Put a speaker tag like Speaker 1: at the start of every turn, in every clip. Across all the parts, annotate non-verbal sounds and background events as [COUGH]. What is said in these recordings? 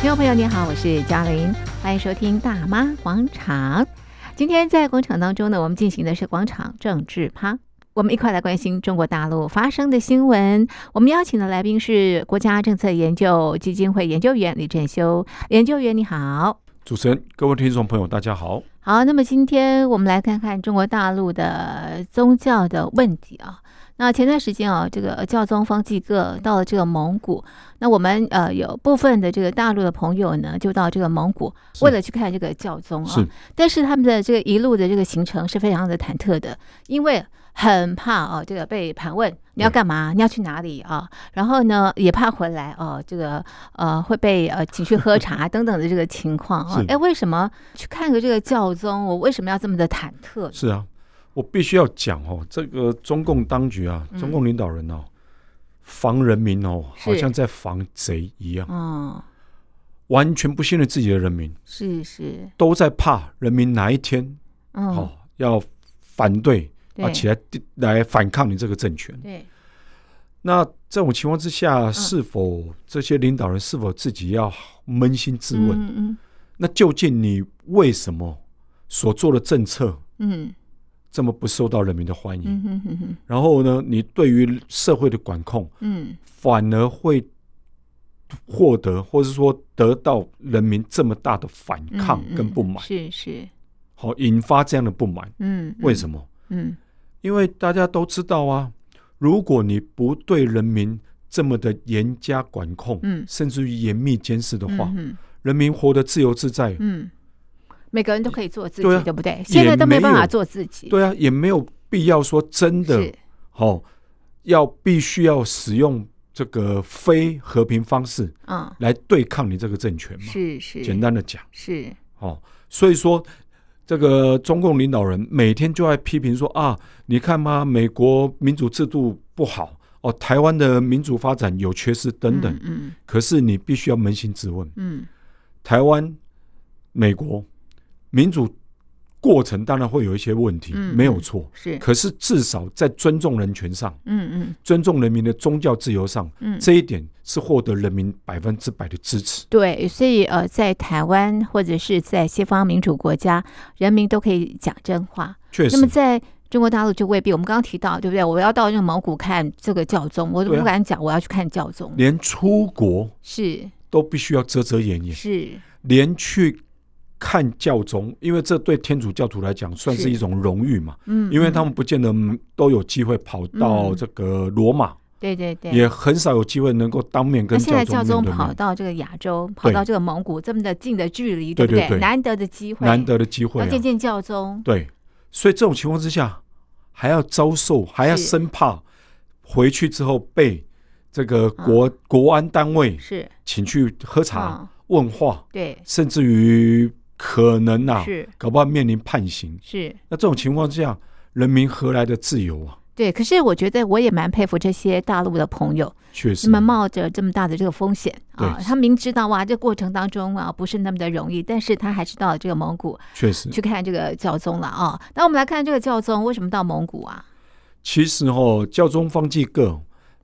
Speaker 1: 听众朋友，你好，我是嘉玲，欢迎收听《大妈广场》。今天在广场当中呢，我们进行的是广场政治趴。我们一块来关心中国大陆发生的新闻。我们邀请的来宾是国家政策研究基金会研究员李振修，研究员你好。
Speaker 2: 主持人、各位听众朋友，大家好。
Speaker 1: 好，那么今天我们来看看中国大陆的宗教的问题啊。那前段时间啊，这个教宗方济各到了这个蒙古，那我们呃有部分的这个大陆的朋友呢，就到这个蒙古，
Speaker 2: 是
Speaker 1: 为了去看这个教宗啊。
Speaker 2: 是
Speaker 1: 但是他们的这个一路的这个行程是非常的忐忑的，因为很怕哦，这个被盘问你要干嘛，你要去哪里啊？然后呢，也怕回来哦，这个呃会被呃请去喝茶等等的这个情况啊
Speaker 2: 是。
Speaker 1: 哎，为什么去看个这个教宗，我为什么要这么的忐忑？
Speaker 2: 是啊，我必须要讲哦，这个中共当局啊，
Speaker 1: 嗯
Speaker 2: 中共领导人哦，防人民哦，
Speaker 1: 是
Speaker 2: 好像在防贼一样，
Speaker 1: 哦，
Speaker 2: 完全不信任自己的人民，
Speaker 1: 是是，
Speaker 2: 都在怕人民哪一天
Speaker 1: 嗯，
Speaker 2: 哦要反对啊，
Speaker 1: 对
Speaker 2: 起来来反抗你这个政权。
Speaker 1: 对，
Speaker 2: 那这种情况之
Speaker 1: 嗯
Speaker 2: 下，是否这些领导人是否自己要扪心自问？
Speaker 1: 嗯嗯
Speaker 2: 那究竟你为什么所做的政策
Speaker 1: 嗯
Speaker 2: 这么不受到人民的欢迎？
Speaker 1: 嗯嗯嗯
Speaker 2: 然后呢，你对于社会的管控
Speaker 1: 嗯
Speaker 2: 反而会获得，或是说得到人民这么大的反
Speaker 1: 嗯，
Speaker 2: 抗
Speaker 1: 嗯
Speaker 2: 跟不满，
Speaker 1: 是是，
Speaker 2: 好、引发这样的不满。
Speaker 1: 嗯，
Speaker 2: 为什
Speaker 1: 么？
Speaker 2: 么？
Speaker 1: 嗯
Speaker 2: 因为大家都知道啊，如果你不对人民这么的严加管控，
Speaker 1: 嗯
Speaker 2: 甚至于严密监视的
Speaker 1: 嗯
Speaker 2: 话，
Speaker 1: 嗯
Speaker 2: 人民活得自由自在，
Speaker 1: 嗯，每个人都可以做自己，
Speaker 2: 对啊
Speaker 1: 不对？现在都没办法做自己，
Speaker 2: 对啊，也没有必要说真的
Speaker 1: 是，
Speaker 2: 好、要必须要使用这个非和平方式。
Speaker 1: 嗯，
Speaker 2: 来对抗你这个政权嘛。
Speaker 1: 是是，
Speaker 2: 简单的讲，
Speaker 1: 是，
Speaker 2: 哦，所以说这个中共领导人每天就在批评说啊，你看嘛，美国民主制度不好哦，台湾的民主发展有缺失等等。
Speaker 1: 嗯
Speaker 2: 可是你必须要扪心自问，
Speaker 1: 嗯
Speaker 2: 台湾、美国民主过程当然会有一些问题，
Speaker 1: 嗯
Speaker 2: 没有错
Speaker 1: 嗯，。是，
Speaker 2: 可是至少在尊重人权上、
Speaker 1: 嗯嗯
Speaker 2: 尊重人民的宗教自由上，
Speaker 1: 嗯。
Speaker 2: 这一点是获得人民百分之百的支持。
Speaker 1: 对，所以呃，在台湾或者是在西方民主国家，人民都可以讲真话。
Speaker 2: 确实，
Speaker 1: 那么在中国大陆就未必。我们刚刚提到，对不对？我要到那个蒙古看这个教宗，我都
Speaker 2: 对啊
Speaker 1: 不敢讲我要去看教宗。
Speaker 2: 连出国
Speaker 1: 是
Speaker 2: 都必须要遮遮掩掩，
Speaker 1: 是，
Speaker 2: 连去看教宗，因为这对天主教徒来讲算是
Speaker 1: 是
Speaker 2: 一种荣誉嘛，
Speaker 1: 嗯，
Speaker 2: 因为
Speaker 1: 嗯
Speaker 2: 他们不见得都有机会跑到
Speaker 1: 嗯
Speaker 2: 这个罗马，
Speaker 1: 对对对，
Speaker 2: 也很少有机会能够当面
Speaker 1: 那
Speaker 2: 跟
Speaker 1: 现在教宗
Speaker 2: 面对
Speaker 1: 跑
Speaker 2: 面，
Speaker 1: 到这个亚洲，跑到这个蒙古这么的近的距离，
Speaker 2: 对
Speaker 1: 不
Speaker 2: 对对
Speaker 1: 难得的机会，
Speaker 2: 难得的机会、
Speaker 1: 要
Speaker 2: 啊，
Speaker 1: 见见教宗，
Speaker 2: 对，所以这种情况之下，还要遭受，还要
Speaker 1: 是
Speaker 2: 生怕回去之后被这个国、国安单位
Speaker 1: 是
Speaker 2: 请去喝茶、
Speaker 1: 嗯
Speaker 2: 问话，
Speaker 1: 对，
Speaker 2: 甚至于可能啊，
Speaker 1: 是
Speaker 2: 搞不好面临判刑。
Speaker 1: 是，
Speaker 2: 那这种情况之下，人民何来的自由啊？
Speaker 1: 对。可是我觉得我也蛮佩服这些大陆的朋友，
Speaker 2: 确
Speaker 1: 那
Speaker 2: 实
Speaker 1: 么，冒着这么大的这个风险啊，
Speaker 2: 对
Speaker 1: 他明知道哇，这过程当中啊不是那么的容易，但是他还是到了这个蒙古
Speaker 2: 确实。
Speaker 1: 去看这个教宗了啊。那我们来看这个教宗为什么到蒙古啊？
Speaker 2: 其实哦，教宗方济各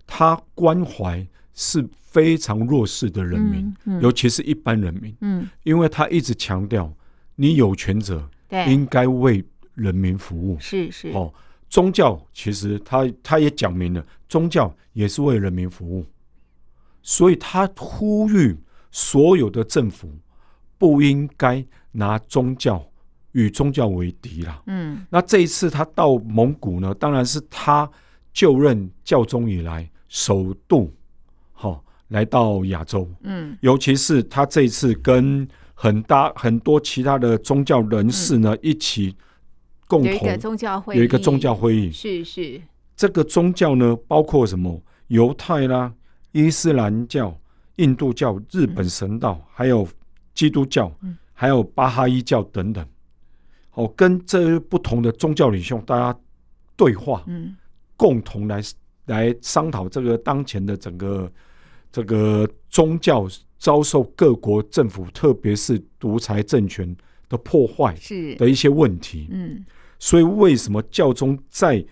Speaker 2: 他关怀是非常弱势的人民，
Speaker 1: 嗯，嗯
Speaker 2: 尤其是一般人民，
Speaker 1: 嗯，
Speaker 2: 因为他一直强调，你有权者
Speaker 1: 对，
Speaker 2: 应该为人民服务。
Speaker 1: 是是，
Speaker 2: 哦，宗教其实他他也讲明了，宗教也是为人民服务，所以他呼吁所有的政府不应该拿宗教与宗教为敌啦。
Speaker 1: 嗯
Speaker 2: 那这一次他到蒙古呢，当然是他就任教宗以来首度，好、来到亚洲，
Speaker 1: 嗯
Speaker 2: 尤其是他这一次跟很大很多其他的宗教人士呢、一起共
Speaker 1: 嗯有一
Speaker 2: 同
Speaker 1: 个宗教会，
Speaker 2: 有一个宗教会议，
Speaker 1: 是是，
Speaker 2: 这个宗教呢，包括什么？犹太啦、伊斯兰教、印度教、日本神道，还有基督教
Speaker 1: 嗯，
Speaker 2: 还有巴哈伊教等等。哦，跟这不同的宗教领袖大家对话，
Speaker 1: 嗯
Speaker 2: 共同来来商讨这个当前的整个这个宗教遭受各国政府，特别是独裁政权的破坏
Speaker 1: 是，
Speaker 2: 的一些问题。
Speaker 1: 嗯。
Speaker 2: 所以为什么教宗在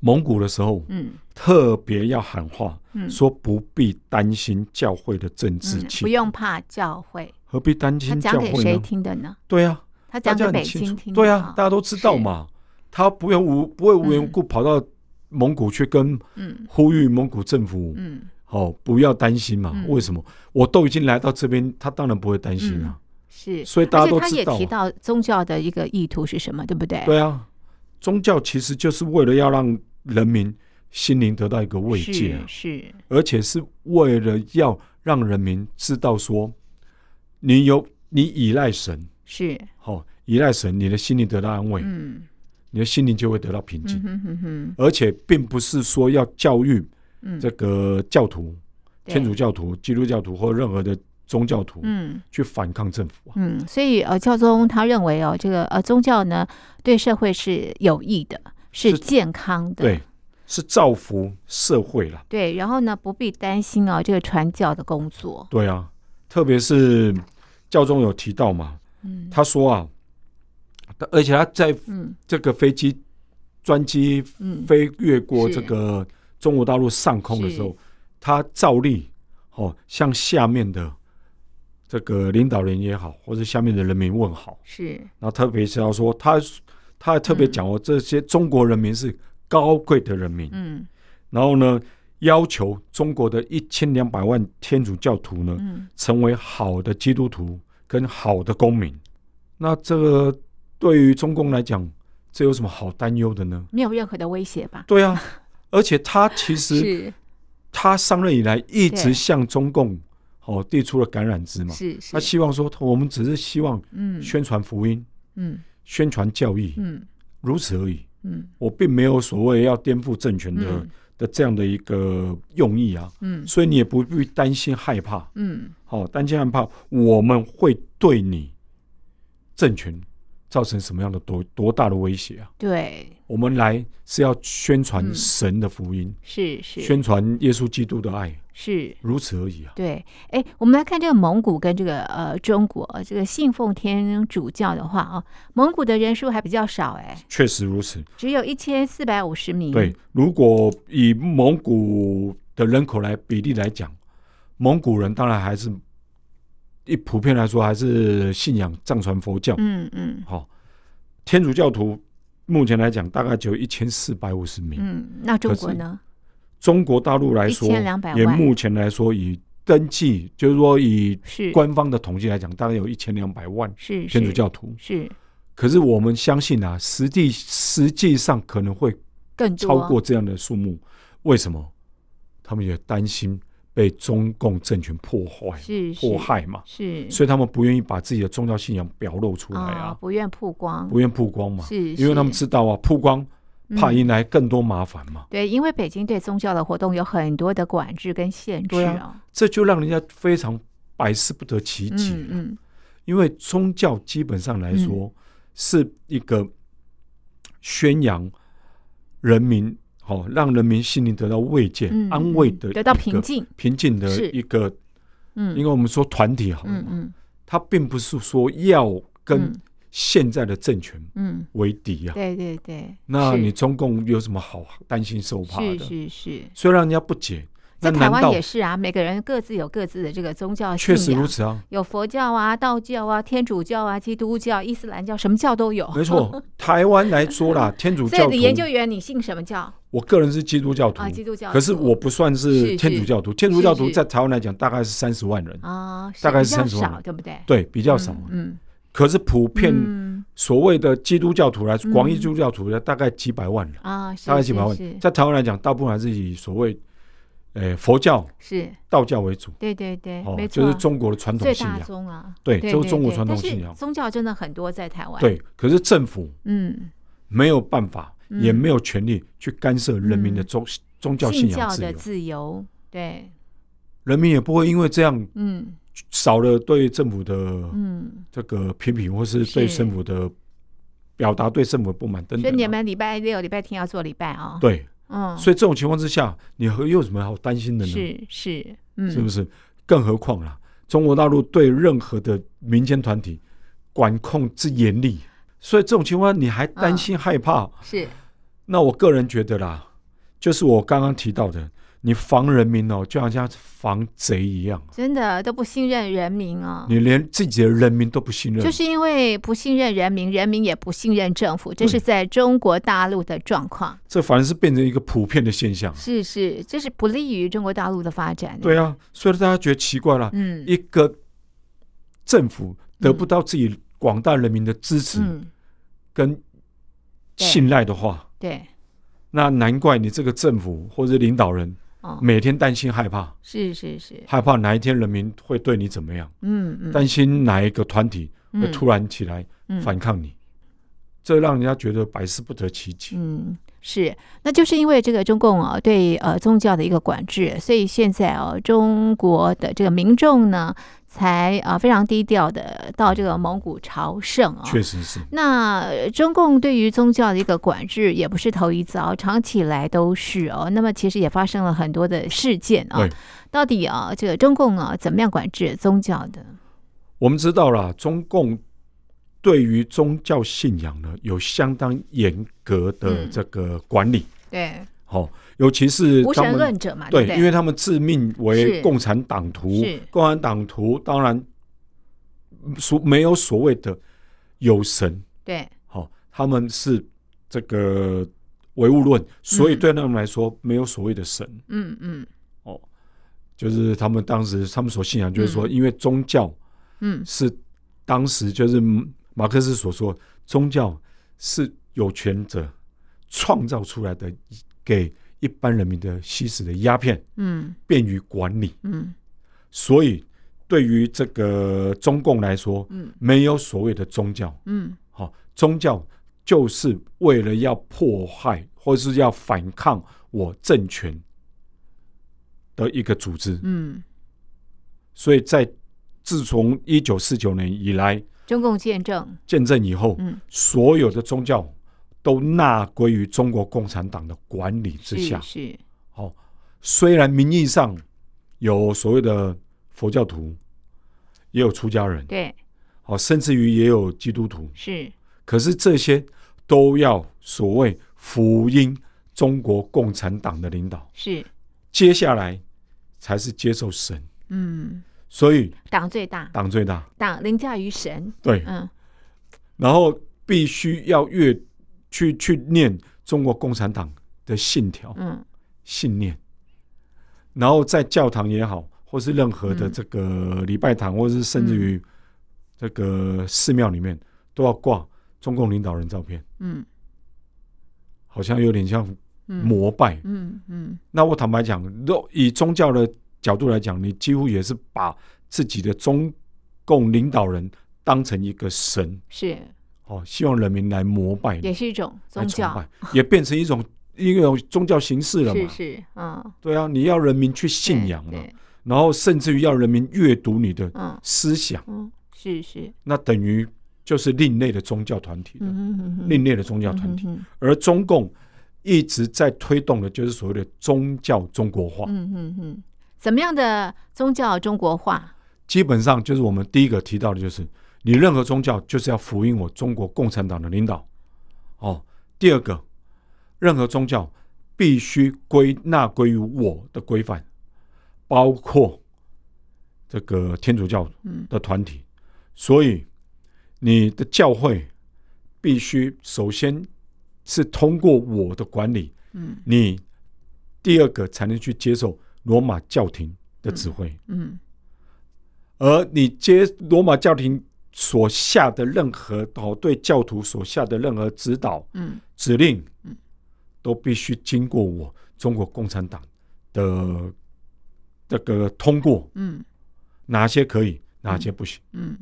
Speaker 2: 蒙古的时候，
Speaker 1: 嗯
Speaker 2: 特别要喊话，
Speaker 1: 嗯，
Speaker 2: 说不必担心教会的政治
Speaker 1: 嗯
Speaker 2: 气
Speaker 1: 不
Speaker 2: 氛，
Speaker 1: 用怕教会，
Speaker 2: 何必担
Speaker 1: 他
Speaker 2: 心教
Speaker 1: 讲给
Speaker 2: 会
Speaker 1: 谁
Speaker 2: 呢？
Speaker 1: 听的呢？
Speaker 2: 对啊，
Speaker 1: 他
Speaker 2: 大
Speaker 1: 讲
Speaker 2: 家
Speaker 1: 给北
Speaker 2: 很清
Speaker 1: 京
Speaker 2: 楚
Speaker 1: 听，的
Speaker 2: 对啊，大家都知道
Speaker 1: 是
Speaker 2: 嘛。他不用无不会无缘无故跑到蒙古去跟
Speaker 1: 嗯
Speaker 2: 呼吁蒙古政府，
Speaker 1: 嗯，
Speaker 2: 哦，不要担心嘛。
Speaker 1: 嗯
Speaker 2: 为什么？我都已经来到这边，他当然不会担心
Speaker 1: 嗯
Speaker 2: 啊。
Speaker 1: 是，
Speaker 2: 所以大家
Speaker 1: 而且
Speaker 2: 都
Speaker 1: 他
Speaker 2: 知
Speaker 1: 也
Speaker 2: 道
Speaker 1: 提
Speaker 2: 啊
Speaker 1: 到宗教的一个意图是什么，对不对？
Speaker 2: 对啊，宗教其实就是为了要让人民心灵得到一个慰藉啊、
Speaker 1: 是是，
Speaker 2: 而且是为了要让人民知道说，你有你依赖神，
Speaker 1: 是，
Speaker 2: 好、依赖神，你的心灵得到安慰，
Speaker 1: 嗯
Speaker 2: 你的心灵就会得到平静。
Speaker 1: 嗯哼哼哼，
Speaker 2: 而且并不是说要教育
Speaker 1: 嗯，
Speaker 2: 这个教徒、
Speaker 1: 对
Speaker 2: 天主教徒、基督教徒或任何的宗教徒
Speaker 1: 嗯
Speaker 2: 去反抗政府啊。
Speaker 1: 嗯，所以呃，教宗他认为哦，这个呃宗教呢对社会是有益的，是
Speaker 2: 是
Speaker 1: 健康的，
Speaker 2: 对，是造福社会啦。
Speaker 1: 对然后呢不必担心哦这个传教的工作，
Speaker 2: 对啊，特别是教宗有提到嘛，
Speaker 1: 嗯
Speaker 2: 他说啊，他而且他在
Speaker 1: 嗯
Speaker 2: 这个飞机专机
Speaker 1: 嗯，
Speaker 2: 飞越过
Speaker 1: 是
Speaker 2: 这个中国大陆上空的时
Speaker 1: 是
Speaker 2: 候，他照例哦向下面的这个领导人也好，或者下面的人民问好。
Speaker 1: 是
Speaker 2: 然后特别是要说，他他还特别讲哦，这些中国人民是高贵的人民。
Speaker 1: 嗯
Speaker 2: 然后呢，要求中国的一千两百万天主教徒呢，
Speaker 1: 嗯
Speaker 2: 成为好的基督徒跟好的公民。那这个对于中共来讲，这有什么好担忧的呢？
Speaker 1: 没有任何的威胁吧？
Speaker 2: 对啊，而且他其实
Speaker 1: 是
Speaker 2: 他上任以来一
Speaker 1: 对
Speaker 2: 直向中共哦递出了橄榄枝嘛，
Speaker 1: 是是，
Speaker 2: 他希望说我们只是希望
Speaker 1: 嗯
Speaker 2: 宣传福音、
Speaker 1: 嗯
Speaker 2: 宣传教义，
Speaker 1: 嗯
Speaker 2: 如此而已。
Speaker 1: 嗯
Speaker 2: 我并没有所谓要颠覆政权的、
Speaker 1: 嗯
Speaker 2: 的这样的一个用意啊，
Speaker 1: 嗯
Speaker 2: 所以你也不必担心害怕，
Speaker 1: 嗯
Speaker 2: 好、担心害怕我们会对你政权造成什么样的多多大的威胁啊？
Speaker 1: 对，
Speaker 2: 我们来是要宣传
Speaker 1: 嗯
Speaker 2: 神的福音，
Speaker 1: 是是
Speaker 2: 宣传耶稣基督的爱，
Speaker 1: 是。
Speaker 2: 如此而已啊。
Speaker 1: 对，哎，我们来看这个蒙古跟这个呃中国这个信奉天主教的话啊，蒙古的人数还比较少，哎，
Speaker 2: 确实如此，
Speaker 1: 只有一千四百五十名。
Speaker 2: 对，，如果以蒙古的人口来比例来讲，蒙古人当然还是一普遍来说还是信仰藏传佛教。
Speaker 1: 嗯嗯
Speaker 2: 好、天主教徒目前来讲大概只有一千四百五十名。
Speaker 1: 嗯，那中
Speaker 2: 可是
Speaker 1: 国呢？
Speaker 2: 中国大陆来说，
Speaker 1: 1200
Speaker 2: 也
Speaker 1: 万
Speaker 2: 目前来说以登记，就是说以
Speaker 1: 是
Speaker 2: 官方的统计来讲，大概有一千两百万
Speaker 1: 是
Speaker 2: 天主
Speaker 1: 是
Speaker 2: 教徒。
Speaker 1: 是
Speaker 2: 可是我们相信啊，实际实际上可能会
Speaker 1: 更
Speaker 2: 超
Speaker 1: 多啊
Speaker 2: 过这样的数目。为什么？他们也担心被中共政权破坏、
Speaker 1: 是是
Speaker 2: 迫害嘛，
Speaker 1: 是
Speaker 2: 所以他们不愿意把自己的宗教信仰表露出来
Speaker 1: 啊、
Speaker 2: 啊，
Speaker 1: 不愿曝光，
Speaker 2: 不愿曝光嘛，
Speaker 1: 是
Speaker 2: 因为他们
Speaker 1: 是
Speaker 2: 知道啊，曝光怕
Speaker 1: 嗯
Speaker 2: 迎来更多麻烦嘛，
Speaker 1: 对，因为北京对宗教的活动有很多的管制跟限制
Speaker 2: 对啊
Speaker 1: 哦。
Speaker 2: 这就让人家非常百思不得其解啊、
Speaker 1: 嗯嗯，
Speaker 2: 因为宗教基本上来说、是一个宣扬人民，好、让人民心灵得到慰藉、
Speaker 1: 嗯
Speaker 2: 安慰
Speaker 1: 嗯
Speaker 2: 的一
Speaker 1: 得到
Speaker 2: 个
Speaker 1: 平静。
Speaker 2: 平静的
Speaker 1: 是
Speaker 2: 一个，
Speaker 1: 嗯
Speaker 2: 因为我们说团体好了嘛
Speaker 1: 嗯，嗯
Speaker 2: 它并不是说要跟
Speaker 1: 嗯
Speaker 2: 现在的政权
Speaker 1: 嗯，
Speaker 2: 为敌啊。
Speaker 1: 对对对。
Speaker 2: 那
Speaker 1: 是
Speaker 2: 你中共有什么好担心受怕
Speaker 1: 是
Speaker 2: 的？
Speaker 1: 是是，
Speaker 2: 虽然人家不解，
Speaker 1: 在
Speaker 2: 那
Speaker 1: 台
Speaker 2: 难
Speaker 1: 湾
Speaker 2: 道
Speaker 1: 也是啊，每个人各自有各自的这个宗教信
Speaker 2: 确
Speaker 1: 仰，
Speaker 2: 实如此啊？
Speaker 1: 有佛教啊、道教啊、天主教啊、基督教、伊斯兰教，什么教都有。
Speaker 2: 没错，台湾来
Speaker 1: [LAUGHS]
Speaker 2: 说啦，天主
Speaker 1: 所以
Speaker 2: 教徒
Speaker 1: 李，研究员，你信什么教
Speaker 2: 我个人是基督教徒
Speaker 1: 啊？，基督教徒。
Speaker 2: 可是我不算
Speaker 1: 是
Speaker 2: 是
Speaker 1: 是
Speaker 2: 天主教徒。天主教徒
Speaker 1: 是
Speaker 2: 在台湾来讲大概是三十万人，
Speaker 1: 啊，是
Speaker 2: 大概
Speaker 1: 比
Speaker 2: 是
Speaker 1: 较
Speaker 2: 30万
Speaker 1: 少，对不对？
Speaker 2: 对，比较
Speaker 1: 嗯
Speaker 2: 少。啊
Speaker 1: 嗯，
Speaker 2: 可是普遍
Speaker 1: 嗯
Speaker 2: 所谓的基督教徒来说，
Speaker 1: 嗯
Speaker 2: 广义基督教徒的大概几百万人。
Speaker 1: 啊，是
Speaker 2: 大概几百
Speaker 1: 是
Speaker 2: 万，在台湾来讲，大部分还是以所谓，呃，佛教、
Speaker 1: 是是，
Speaker 2: 道教为主，
Speaker 1: 对对对，
Speaker 2: 哦
Speaker 1: 没，错
Speaker 2: 就
Speaker 1: 啊，
Speaker 2: 是中国的传统
Speaker 1: 最
Speaker 2: 信
Speaker 1: 大
Speaker 2: 仰。
Speaker 1: 宗啊，
Speaker 2: 对
Speaker 1: 对
Speaker 2: 就
Speaker 1: 对
Speaker 2: 是中国
Speaker 1: 对
Speaker 2: 传
Speaker 1: 但
Speaker 2: 统
Speaker 1: 是
Speaker 2: 信仰
Speaker 1: 宗教真的很多在台湾。，
Speaker 2: 对，可是政府
Speaker 1: 嗯，
Speaker 2: 没有办法，
Speaker 1: 嗯
Speaker 2: 也没有权利去干涉人民的
Speaker 1: 嗯
Speaker 2: 宗宗教
Speaker 1: 信
Speaker 2: 信仰
Speaker 1: 教
Speaker 2: 自
Speaker 1: 的
Speaker 2: 由，
Speaker 1: 自由，对，
Speaker 2: 人民也不会因为这样
Speaker 1: 嗯
Speaker 2: 少了对政府的
Speaker 1: 嗯，
Speaker 2: 这个批评，或是对
Speaker 1: 是
Speaker 2: 政府的表达对政府的不满等
Speaker 1: 所以
Speaker 2: 等
Speaker 1: 你
Speaker 2: 啊。
Speaker 1: 们礼拜六、礼拜天要做礼拜啊，，
Speaker 2: 对，
Speaker 1: 嗯，
Speaker 2: 所以这种情况之下，你何有什么好担心的呢？
Speaker 1: 是是，嗯，
Speaker 2: 是不是？更何况啦，中国大陆对任何的民间团体管控之
Speaker 1: 啊
Speaker 2: 严厉，所以这种情况你还担心害怕？
Speaker 1: 是
Speaker 2: 那我个人觉得啦，就是我刚刚提到的，你防人民哦，就好像防贼一样，
Speaker 1: 真的都不信任人民哦。
Speaker 2: 你连自己的人民都不信任，
Speaker 1: 就是因为不信任人民，人民也不信任政府，这是在中国大陆的状况。
Speaker 2: 这反而是变成一个普遍的现象。
Speaker 1: 是是，这是不利于中国大陆的发展。，
Speaker 2: 对啊，所以大家觉得奇怪了，
Speaker 1: 嗯
Speaker 2: 一个政府得不到自己广大人民的支持
Speaker 1: 嗯，
Speaker 2: 跟信赖的话，
Speaker 1: 对，
Speaker 2: 那难怪你这个政府或者领导人
Speaker 1: 哦，
Speaker 2: 每天担心害怕，
Speaker 1: 是是是，
Speaker 2: 害怕哪一天人民会对你怎么样，
Speaker 1: 嗯嗯，
Speaker 2: 担心哪一个团体会
Speaker 1: 嗯
Speaker 2: 突然起来
Speaker 1: 嗯
Speaker 2: 反抗你，这让人家觉得百思不得其解。
Speaker 1: 嗯，是，那就是因为这个中共啊对呃宗教的一个管制，所以现在啊中国的这个民众呢，才啊、非常低调的到这个蒙古朝圣啊。
Speaker 2: 确实是，
Speaker 1: 那呃中共对于宗教的一个管制也不是头一遭，长期以来都是哦。那么其实也发生了很多的事件啊
Speaker 2: 对。
Speaker 1: 到底啊，这个中共啊怎么样管制宗教的？
Speaker 2: 我们知道啦，中共对于宗教信仰呢有相当严格的
Speaker 1: 嗯
Speaker 2: 这个管理，
Speaker 1: 对，
Speaker 2: 哦，尤其是
Speaker 1: 无
Speaker 2: 他
Speaker 1: 神
Speaker 2: 们
Speaker 1: 论者嘛，
Speaker 2: 对
Speaker 1: 不，对？
Speaker 2: 因为他们自命为
Speaker 1: 是
Speaker 2: 共产党徒
Speaker 1: 是，
Speaker 2: 共产党徒当然所没有所谓的有神，
Speaker 1: 对，
Speaker 2: 好、他们是这个唯物论，所以
Speaker 1: 嗯
Speaker 2: 对他们来说没有所谓的神，
Speaker 1: 嗯嗯
Speaker 2: 就是他们当时他们所信仰就是说，
Speaker 1: 嗯
Speaker 2: 因为宗教
Speaker 1: 嗯，
Speaker 2: 是当时就是马克思所说，宗教是有权者创造出来的，给一般人民的吸食的鸦片，
Speaker 1: 嗯
Speaker 2: 便于管理。
Speaker 1: 嗯
Speaker 2: 所以对于这个中共来说，
Speaker 1: 嗯
Speaker 2: 没有所谓的宗教，
Speaker 1: 嗯，
Speaker 2: 好、宗教就是为了要迫害或是要反抗我政权的一个组织。
Speaker 1: 嗯，
Speaker 2: 所以在自从一九四九年以来
Speaker 1: 中共见证，
Speaker 2: 见证以后，
Speaker 1: 嗯，
Speaker 2: 所有的宗教都纳归于中国共产党的管理之
Speaker 1: 是
Speaker 2: 下。
Speaker 1: 是，
Speaker 2: 好、虽然名义上有所谓的佛教徒，也有出家人，
Speaker 1: 对，
Speaker 2: 好、哦甚至于也有基督徒，
Speaker 1: 是，
Speaker 2: 可是这些都要所谓福音中国共产党的领导，
Speaker 1: 是，
Speaker 2: 接下来才是接受神，
Speaker 1: 嗯，
Speaker 2: 所以
Speaker 1: 党最大，
Speaker 2: 党最大
Speaker 1: 党凌驾于神，
Speaker 2: 对，
Speaker 1: 嗯，
Speaker 2: 然后必须要越去去念中国共产党的信条、
Speaker 1: 嗯
Speaker 2: 信念，然后在教堂也好，或是任何的
Speaker 1: 嗯
Speaker 2: 这个礼拜堂，或是甚至于这个寺庙里面，都要挂中共领导人照片，
Speaker 1: 嗯
Speaker 2: 好像有点像
Speaker 1: 嗯
Speaker 2: 膜拜。
Speaker 1: 嗯嗯，
Speaker 2: 那我坦白讲，若以宗教的角度来讲，你几乎也是把自己的中共领导人当成一个神
Speaker 1: 是，
Speaker 2: 哦，希望人民来膜拜你、
Speaker 1: 也是一种宗
Speaker 2: 来崇
Speaker 1: 教，
Speaker 2: 拜，也变成一种一种宗教形式了
Speaker 1: 是？
Speaker 2: 嘛
Speaker 1: 是，嗯，
Speaker 2: 对啊，你要人民去信
Speaker 1: 对
Speaker 2: 仰嘛，
Speaker 1: 对
Speaker 2: 然后甚至于要人民阅读你的
Speaker 1: 嗯
Speaker 2: 思想，
Speaker 1: 嗯，是是，
Speaker 2: 那等于就是另类的宗教团体了，
Speaker 1: 嗯嗯嗯，
Speaker 2: 另类的宗教团体。
Speaker 1: 嗯
Speaker 2: 而中共一直在推动的就是所谓的宗教中国化。
Speaker 1: 嗯嗯嗯，怎么样的宗教中国化？
Speaker 2: 基本上就是我们第一个提到的，就是你任何宗教就是要福音我中国共产党的领导。哦，第二个，任何宗教必须归纳归于我的规范，包括这个天主教
Speaker 1: 嗯
Speaker 2: 的团体，所以你的教会必须首先是通过我的管理，
Speaker 1: 嗯
Speaker 2: 你第二个才能去接受罗马教廷的指挥。
Speaker 1: 嗯
Speaker 2: 而你接罗马教廷所下的任何哦，对教徒所下的任何指导
Speaker 1: 嗯
Speaker 2: 指令
Speaker 1: 嗯，
Speaker 2: 都必须经过我中国共产党的这个通过，
Speaker 1: 嗯
Speaker 2: 哪些可以，哪些不行，
Speaker 1: 嗯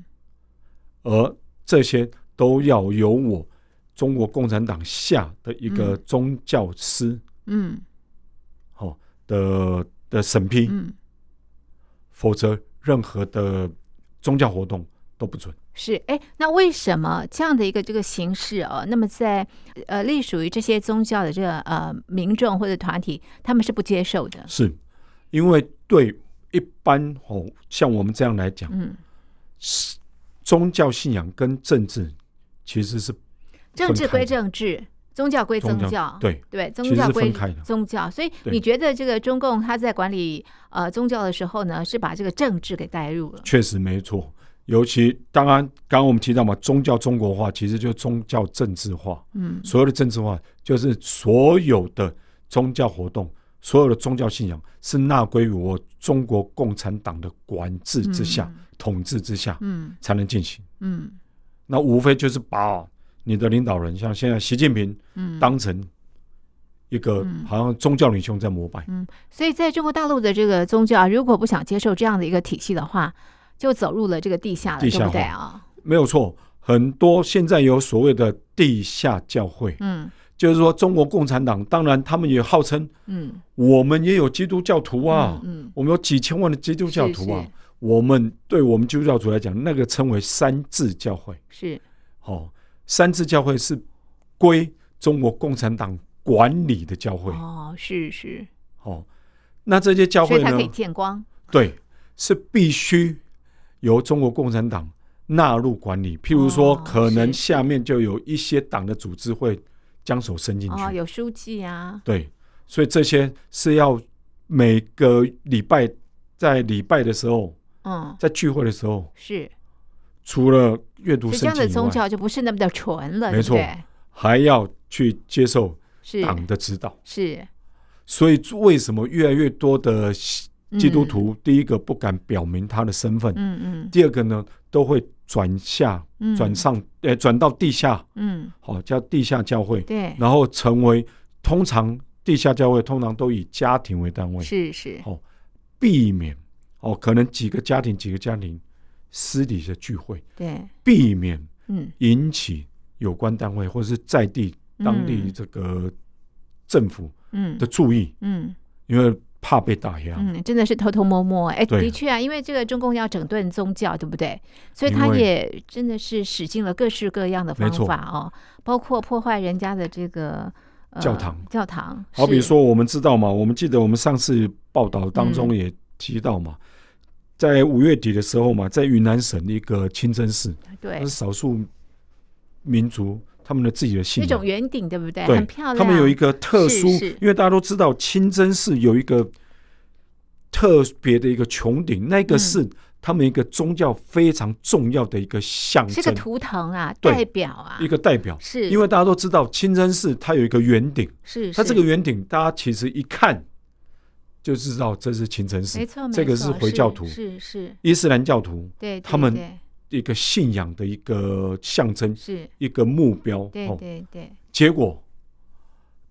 Speaker 2: 而这些都要由我中国共产党下的一个宗教师
Speaker 1: 嗯
Speaker 2: 哦的的审批，
Speaker 1: 嗯，
Speaker 2: 否则任何的宗教活动都不准。
Speaker 1: 是，哎，那为什么这样的一个这个形式哦？那么在呃，隶属于这些宗教的这个呃民众或者团体，他们是不接受的。
Speaker 2: 是因为对一般哦，像我们这样来讲，
Speaker 1: 嗯，
Speaker 2: 是宗教信仰跟政治其实是
Speaker 1: 政
Speaker 2: 分
Speaker 1: 治
Speaker 2: 开
Speaker 1: 归
Speaker 2: 的
Speaker 1: 政治，宗教归宗
Speaker 2: 宗
Speaker 1: 教，
Speaker 2: 对，
Speaker 1: 对，宗
Speaker 2: 其实
Speaker 1: 教
Speaker 2: 是
Speaker 1: 归
Speaker 2: 分开的
Speaker 1: 宗教，所以
Speaker 2: 对
Speaker 1: 你觉得这个中共他在管理呃宗教的时候呢，是把这个政治给带入了？
Speaker 2: 确实没错。尤其当然，刚刚我们提到嘛，宗教中国化其实就是宗教政治化。
Speaker 1: 嗯
Speaker 2: 所有的政治化就是所有的宗教活动，所有的宗教信仰是纳归于我中国共产党的管制之下、统治之下
Speaker 1: 嗯
Speaker 2: 才能进行。
Speaker 1: 嗯
Speaker 2: 那无非就是把你的领导人，像现在习近平，
Speaker 1: 嗯，
Speaker 2: 当成一个
Speaker 1: 嗯
Speaker 2: 好像宗教领袖在膜拜。
Speaker 1: 所以在中国大陆的这个宗教，如果不想接受这样的一个体系的话，就走入了这个地下了，对
Speaker 2: 地下
Speaker 1: 不对
Speaker 2: 化
Speaker 1: 啊？
Speaker 2: 没有错，很多现在有所谓的地下教会，
Speaker 1: 嗯
Speaker 2: 就是说中国共产党，当然他们也号称
Speaker 1: 嗯，
Speaker 2: 我们也有基督教徒啊，
Speaker 1: 嗯，
Speaker 2: 我们有几千万的基督教徒啊。
Speaker 1: 是是
Speaker 2: 我们对我们基督教徒来讲，那个称为三字教会。
Speaker 1: 是
Speaker 2: 哦，三字教会是归中国共产党管理的教会。
Speaker 1: 哦，是是，
Speaker 2: 哦，那这些教
Speaker 1: 所
Speaker 2: 会
Speaker 1: 以它可以
Speaker 2: 呢？
Speaker 1: 见光，
Speaker 2: 对，是必须由中国共产党纳入管理。譬如说，
Speaker 1: 哦
Speaker 2: 可能
Speaker 1: 是
Speaker 2: 下面就有一些党的组织会将手伸进去。
Speaker 1: 哦，有书记啊，
Speaker 2: 对，所以这些是要每个礼拜在礼拜的时候，
Speaker 1: 嗯，
Speaker 2: 在聚会的时候，
Speaker 1: 是，
Speaker 2: 除了阅读
Speaker 1: 所以这
Speaker 2: 圣
Speaker 1: 样的
Speaker 2: 经以
Speaker 1: 宗
Speaker 2: 外，
Speaker 1: 教就不是那么的纯了，
Speaker 2: 没
Speaker 1: 对不
Speaker 2: 错
Speaker 1: 对？
Speaker 2: 还要去接受
Speaker 1: 是
Speaker 2: 党的指导。
Speaker 1: 是，
Speaker 2: 所以为什么越来越多的基督
Speaker 1: 嗯，
Speaker 2: 徒，第一个不敢表明他的身份，
Speaker 1: 嗯
Speaker 2: 第二个呢，都会转下
Speaker 1: 嗯，
Speaker 2: 转
Speaker 1: 嗯，
Speaker 2: 上，呃，转到地下，
Speaker 1: 嗯，
Speaker 2: 好、叫地下教会，
Speaker 1: 对，
Speaker 2: 然后成为通常地下教会通常都以家庭为单位，
Speaker 1: 是是，
Speaker 2: 避免哦，可能几个家庭几个家庭私底下聚会，
Speaker 1: 对，
Speaker 2: 避免
Speaker 1: 嗯，
Speaker 2: 引起有关单位或是在地当地这个政府
Speaker 1: 嗯
Speaker 2: 的注意，
Speaker 1: 嗯
Speaker 2: 因为怕被打压。
Speaker 1: 嗯，真的是偷偷摸摸，哎，
Speaker 2: 对
Speaker 1: 的确啊，因为这个中共要整顿宗教，对不对？所以
Speaker 2: 因
Speaker 1: 他
Speaker 2: 为
Speaker 1: 也真的是使尽了各式各样的
Speaker 2: 没
Speaker 1: 方
Speaker 2: 错
Speaker 1: 法哦，包括破坏人家的这个。呃
Speaker 2: 教堂，
Speaker 1: 教堂，
Speaker 2: 好比
Speaker 1: 是，
Speaker 2: 说，我们知道嘛，我们记得我们上次报道当
Speaker 1: 嗯
Speaker 2: 中也提到嘛，在五月底的时候嘛，在云南省一个清真寺，
Speaker 1: 对
Speaker 2: 那是，少数民族他们的自己的信
Speaker 1: 那种
Speaker 2: 仰，
Speaker 1: 圆顶，对不对？
Speaker 2: 对
Speaker 1: 很漂亮。
Speaker 2: 他们有一个特殊
Speaker 1: 是是，
Speaker 2: 因为大家都知道清真寺有一个特别的一个穹顶，那个
Speaker 1: 嗯
Speaker 2: 是他们一个宗教非常重要的一个象
Speaker 1: 是个
Speaker 2: 征，
Speaker 1: 图腾啊，
Speaker 2: 对
Speaker 1: 代表啊
Speaker 2: 一，个代表。
Speaker 1: 是，为
Speaker 2: 因为大家都知道清真寺它有一个圆顶。
Speaker 1: 是
Speaker 2: 它
Speaker 1: 是
Speaker 2: 这个圆顶，大家其实一看就知道这是清真
Speaker 1: 没
Speaker 2: 寺，
Speaker 1: 错，没
Speaker 2: 这个
Speaker 1: 错
Speaker 2: 是回教徒
Speaker 1: 是是，
Speaker 2: 伊斯兰教徒
Speaker 1: 对，对
Speaker 2: 他们
Speaker 1: 对
Speaker 2: 一个信仰的一个象征，
Speaker 1: 是，
Speaker 2: 一个目标。哦
Speaker 1: 对，对对，
Speaker 2: 结果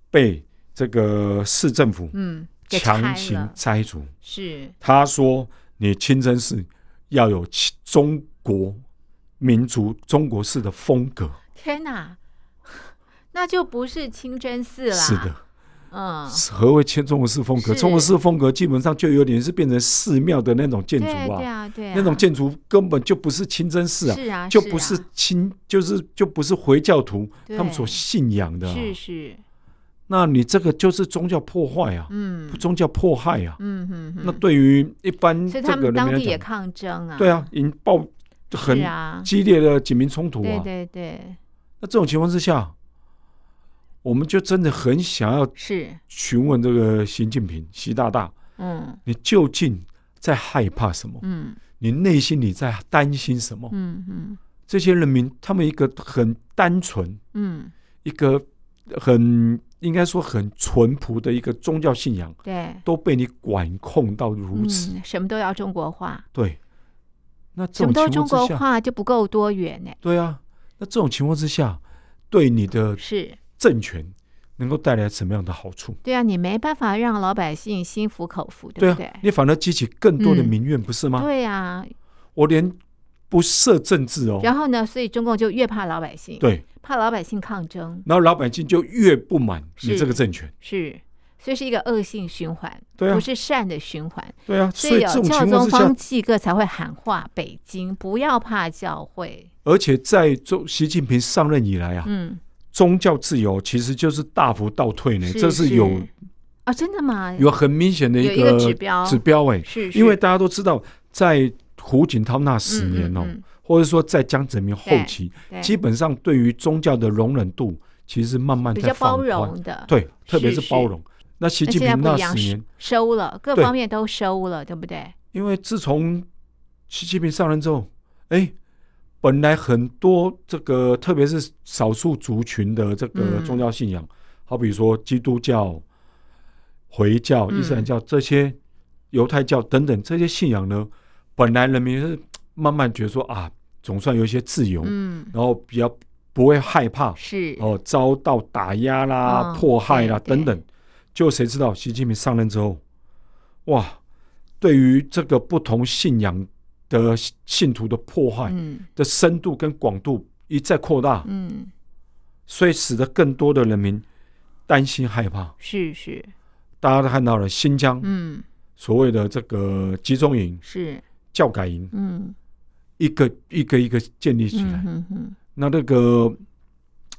Speaker 2: 被这个市政府
Speaker 1: 嗯，给拆
Speaker 2: 强行
Speaker 1: 了，
Speaker 2: 拆除。
Speaker 1: 是，
Speaker 2: 他说：“你清真寺要有其中国民族中国式的风格。
Speaker 1: 天哪， [LAUGHS] 那就不是清真”寺啦，
Speaker 2: 是的，
Speaker 1: 嗯，
Speaker 2: 何谓清中国式风格？
Speaker 1: 是
Speaker 2: 中国式风格基本上就有点是变成寺庙的那种建筑
Speaker 1: 对对啊，对啊，
Speaker 2: 那种建筑根本就不是清真寺啊，
Speaker 1: 是啊，
Speaker 2: 就不是
Speaker 1: 啊
Speaker 2: 清，就是就不是回教徒
Speaker 1: 对
Speaker 2: 他们所信仰的、啊。
Speaker 1: 是是，
Speaker 2: 那你这个就是宗教破坏啊，
Speaker 1: 嗯
Speaker 2: 宗教迫害啊。
Speaker 1: 嗯嗯
Speaker 2: 那对于一般
Speaker 1: 嗯，所
Speaker 2: 这
Speaker 1: 以他
Speaker 2: 个
Speaker 1: 们
Speaker 2: 人民
Speaker 1: 当
Speaker 2: 来
Speaker 1: 地也
Speaker 2: 讲，
Speaker 1: 抗争啊，
Speaker 2: 对啊，引爆很
Speaker 1: 是啊，
Speaker 2: 激烈的警民冲突
Speaker 1: 对
Speaker 2: 啊。
Speaker 1: 对对，
Speaker 2: 那这种情况之下，我们就真的很想要
Speaker 1: 是，
Speaker 2: 询问这个习近平、习大大，
Speaker 1: 嗯
Speaker 2: 你究竟在害怕什么？
Speaker 1: 嗯
Speaker 2: 你内心里在担心什么？
Speaker 1: 嗯嗯
Speaker 2: 这些人民他们一个很单纯、
Speaker 1: 嗯，
Speaker 2: 一个很应该说很淳朴的一个宗教信仰，
Speaker 1: 对，
Speaker 2: 都被你管控到如此。
Speaker 1: 嗯，什么都要中国化，
Speaker 2: 对，那
Speaker 1: 什
Speaker 2: 这
Speaker 1: 么
Speaker 2: 种
Speaker 1: 都
Speaker 2: 情
Speaker 1: 中
Speaker 2: 况
Speaker 1: 国
Speaker 2: 之下，
Speaker 1: 化就不够多元呢，
Speaker 2: 对啊，那这种情况之下，对你的
Speaker 1: 是。
Speaker 2: 政权能够带来什么样的好处？
Speaker 1: 对啊，你没办法让老百姓心服口服，
Speaker 2: 对
Speaker 1: 对不对
Speaker 2: 啊，？你反而激起更多的
Speaker 1: 嗯
Speaker 2: 民怨，不是吗？
Speaker 1: 对呀、
Speaker 2: 我连不设政治哦，
Speaker 1: 然后呢，所以中共就越怕老百姓，
Speaker 2: 对，
Speaker 1: 怕老百姓抗争，
Speaker 2: 然后老百姓就越不满你
Speaker 1: 是
Speaker 2: 这个政权。
Speaker 1: 是，所以是一个恶性循环，
Speaker 2: 对啊
Speaker 1: 不是善的循环。
Speaker 2: 对啊，
Speaker 1: 所
Speaker 2: 所以
Speaker 1: 有
Speaker 2: 这种
Speaker 1: 教
Speaker 2: 情况
Speaker 1: 宗
Speaker 2: 之下
Speaker 1: 方，济各才会喊话北京，不要怕教会。
Speaker 2: 而且在中习近平上任以来啊，
Speaker 1: 嗯，
Speaker 2: 宗教自由其实就是大幅倒退呢，
Speaker 1: 是
Speaker 2: 这是有
Speaker 1: 啊，真的吗？
Speaker 2: 有很明显的
Speaker 1: 有
Speaker 2: 个
Speaker 1: 指标，
Speaker 2: 指标哎，
Speaker 1: 是是
Speaker 2: 因为大家都知道，在胡锦涛那十年哦，
Speaker 1: 嗯嗯嗯
Speaker 2: 或者说在江泽民后期，
Speaker 1: 对
Speaker 2: 基本上对于宗教的容忍度其实慢慢
Speaker 1: 比
Speaker 2: 在
Speaker 1: 较包
Speaker 2: 放
Speaker 1: 容
Speaker 2: 宽，
Speaker 1: 的，
Speaker 2: 对，特别是
Speaker 1: 是
Speaker 2: 包容。那习
Speaker 1: 那
Speaker 2: 近
Speaker 1: 现在
Speaker 2: 平
Speaker 1: 不
Speaker 2: 那
Speaker 1: 一样
Speaker 2: 十年，
Speaker 1: 收了，各
Speaker 2: 对
Speaker 1: 方面都收了，对不对？
Speaker 2: 因为自从习近平上任之后，哎，本来很多这个，特别是少数族群的这个
Speaker 1: 嗯
Speaker 2: 宗教信仰，好比说基督教、回教、
Speaker 1: 嗯
Speaker 2: 伊斯兰教这些、犹太教等等这些信仰呢，本来人民是慢慢觉得说啊，总算有一些自由，
Speaker 1: 嗯，
Speaker 2: 然后比较不会害怕
Speaker 1: 是，
Speaker 2: 哦遭到打压啦、
Speaker 1: 嗯
Speaker 2: 迫害啦
Speaker 1: 对对
Speaker 2: 等等。就谁知道习近平上任之后，哇，对于这个不同信仰的信信徒的迫害
Speaker 1: 嗯
Speaker 2: 的深度跟广度一再扩大，
Speaker 1: 嗯，
Speaker 2: 所以使得更多的人民担心害怕。
Speaker 1: 是是，
Speaker 2: 大家都看到了新疆
Speaker 1: 嗯
Speaker 2: 所谓的这个集中营、
Speaker 1: 是，
Speaker 2: 教改营，
Speaker 1: 嗯
Speaker 2: 一个一个一个建立起
Speaker 1: 嗯
Speaker 2: 来，
Speaker 1: 嗯嗯
Speaker 2: 那那个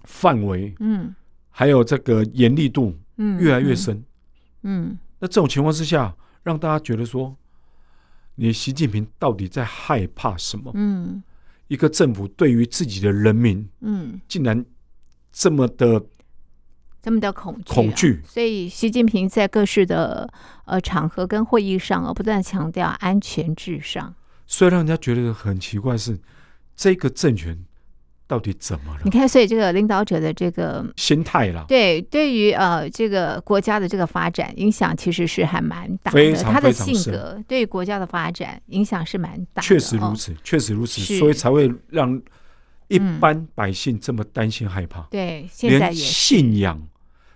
Speaker 2: 范围
Speaker 1: 嗯
Speaker 2: 还有这个严厉度
Speaker 1: 嗯，
Speaker 2: 越来越
Speaker 1: 嗯，
Speaker 2: 深。
Speaker 1: 嗯
Speaker 2: 那这种情况之下，让大家觉得说，你习近平到底在害怕什么？
Speaker 1: 嗯
Speaker 2: 一个政府对于自己的人民
Speaker 1: 嗯，
Speaker 2: 竟然这么的
Speaker 1: 这么的恐惧、啊，
Speaker 2: 恐惧
Speaker 1: 所以习近平在各式的呃场合跟会议上，呃不断强调安全至上。
Speaker 2: 所以让人家觉得很奇怪是，这个政权到底怎么
Speaker 1: 你
Speaker 2: 了？
Speaker 1: 看，所以这个领导者的这个
Speaker 2: 心态啦，
Speaker 1: 对，对于呃这个国家的这个发展影响其实是还蛮大的
Speaker 2: 非，常
Speaker 1: 他的
Speaker 2: 非常
Speaker 1: 性
Speaker 2: 深
Speaker 1: 格对于国家的发展影响是蛮大的，
Speaker 2: 确实如
Speaker 1: 哦。
Speaker 2: 此，确实如此，
Speaker 1: 是
Speaker 2: 所以才会让一
Speaker 1: 嗯
Speaker 2: 般百姓这么担心害怕，
Speaker 1: 对，现在
Speaker 2: 连
Speaker 1: 也是
Speaker 2: 信仰，